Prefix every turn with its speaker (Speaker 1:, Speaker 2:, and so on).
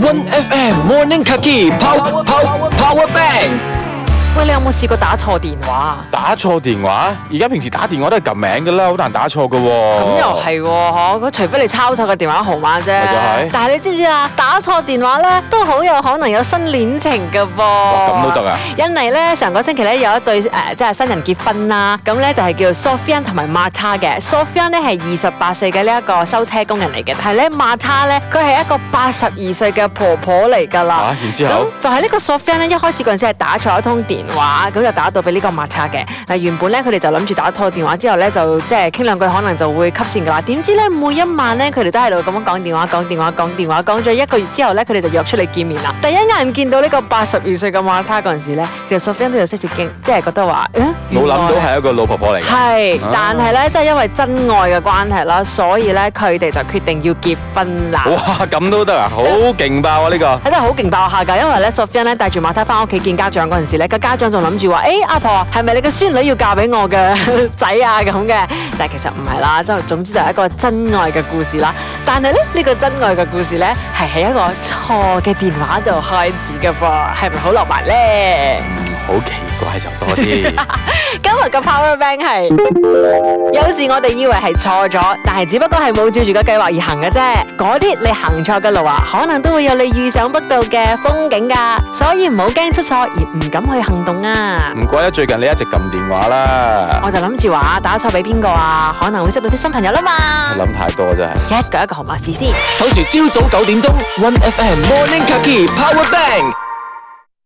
Speaker 1: Fun FM Morning Kaki Power Power Power Bank。
Speaker 2: 喂，你有冇試過打錯電話啊？
Speaker 3: 打錯電話，而家平時打電話都係撳名㗎啦，好難打錯㗎喎。
Speaker 2: 咁
Speaker 3: 咁
Speaker 2: 又係喎，嗬！咁除非你抄錯個電話號碼啫。
Speaker 3: 咪就係
Speaker 2: 但係你知唔知啊？打錯電話咧，都好有可能有新戀情噶噃。
Speaker 3: 咁都得啊！
Speaker 2: 印尼咧上個星期咧有一對誒、呃即係新人結婚啦，咁咧就係叫 Sofian 同埋 Marta 嘅。Sofian 咧係二十八歲嘅呢一個修車工人嚟嘅，但係咧 Marta 咧佢係一個八十二歲嘅婆婆嚟㗎啦。
Speaker 3: 啊然之後
Speaker 2: 咁就係呢個 Sofian 咧，一開始嗰陣時係打錯一通電話，咁就打到俾呢個抹茶嘅。嗱，原本咧佢哋就諗住打錯電話之後咧，就即係傾兩句，可能就會吸線嘅話，點知咧每一晚咧佢哋都喺度咁樣講電話、講電話、講電話，講咗一個月之後咧，佢哋就約出嚟見面啦。第一眼見到呢個八十二歲嘅抹茶嗰陣時咧，其實 Sofian 都有些少驚，即係覺得話，嗯，
Speaker 3: 冇諗到係一個老婆婆嚟嘅。
Speaker 2: 係，啊但係咧，即係因為真愛嘅關係啦，所以咧佢哋就決定要結婚啦。
Speaker 3: 哇，咁都得啊，好勁爆啊呢 個！
Speaker 2: 係真係好勁爆下㗎，因為咧 Sophia 咧帶住馬太翻屋企見家長嗰陣時咧，個家長仲諗住話：，誒、哎阿婆係咪你嘅孫女要嫁俾我嘅 仔啊咁嘅？但係其實唔係啦，就總之就係一個真愛嘅故事啦。但係咧呢、呢個真愛嘅故事咧係喺一個錯嘅電話度開始嘅噃，係咪好浪漫咧？
Speaker 3: 嗯好奇怪就多啲。
Speaker 2: 今日嘅 Power Bank 係有時我哋以為係錯咗，但係只不過係冇照住個計劃而行嘅啫。嗰啲你行錯嘅路啊，可能都會有你預想不到嘅風景噶，所以唔好驚出錯而唔敢去行動啊！
Speaker 3: 唔怪得最近你一直撳電話啦，
Speaker 2: 我就諗住話打錯俾邊個啊，可能會識到啲新朋友啦嘛。
Speaker 3: 諗太多真係。
Speaker 2: 一個一個號碼試先。
Speaker 1: 守住朝早九點鐘，One FM Morning Kaki Power Bank。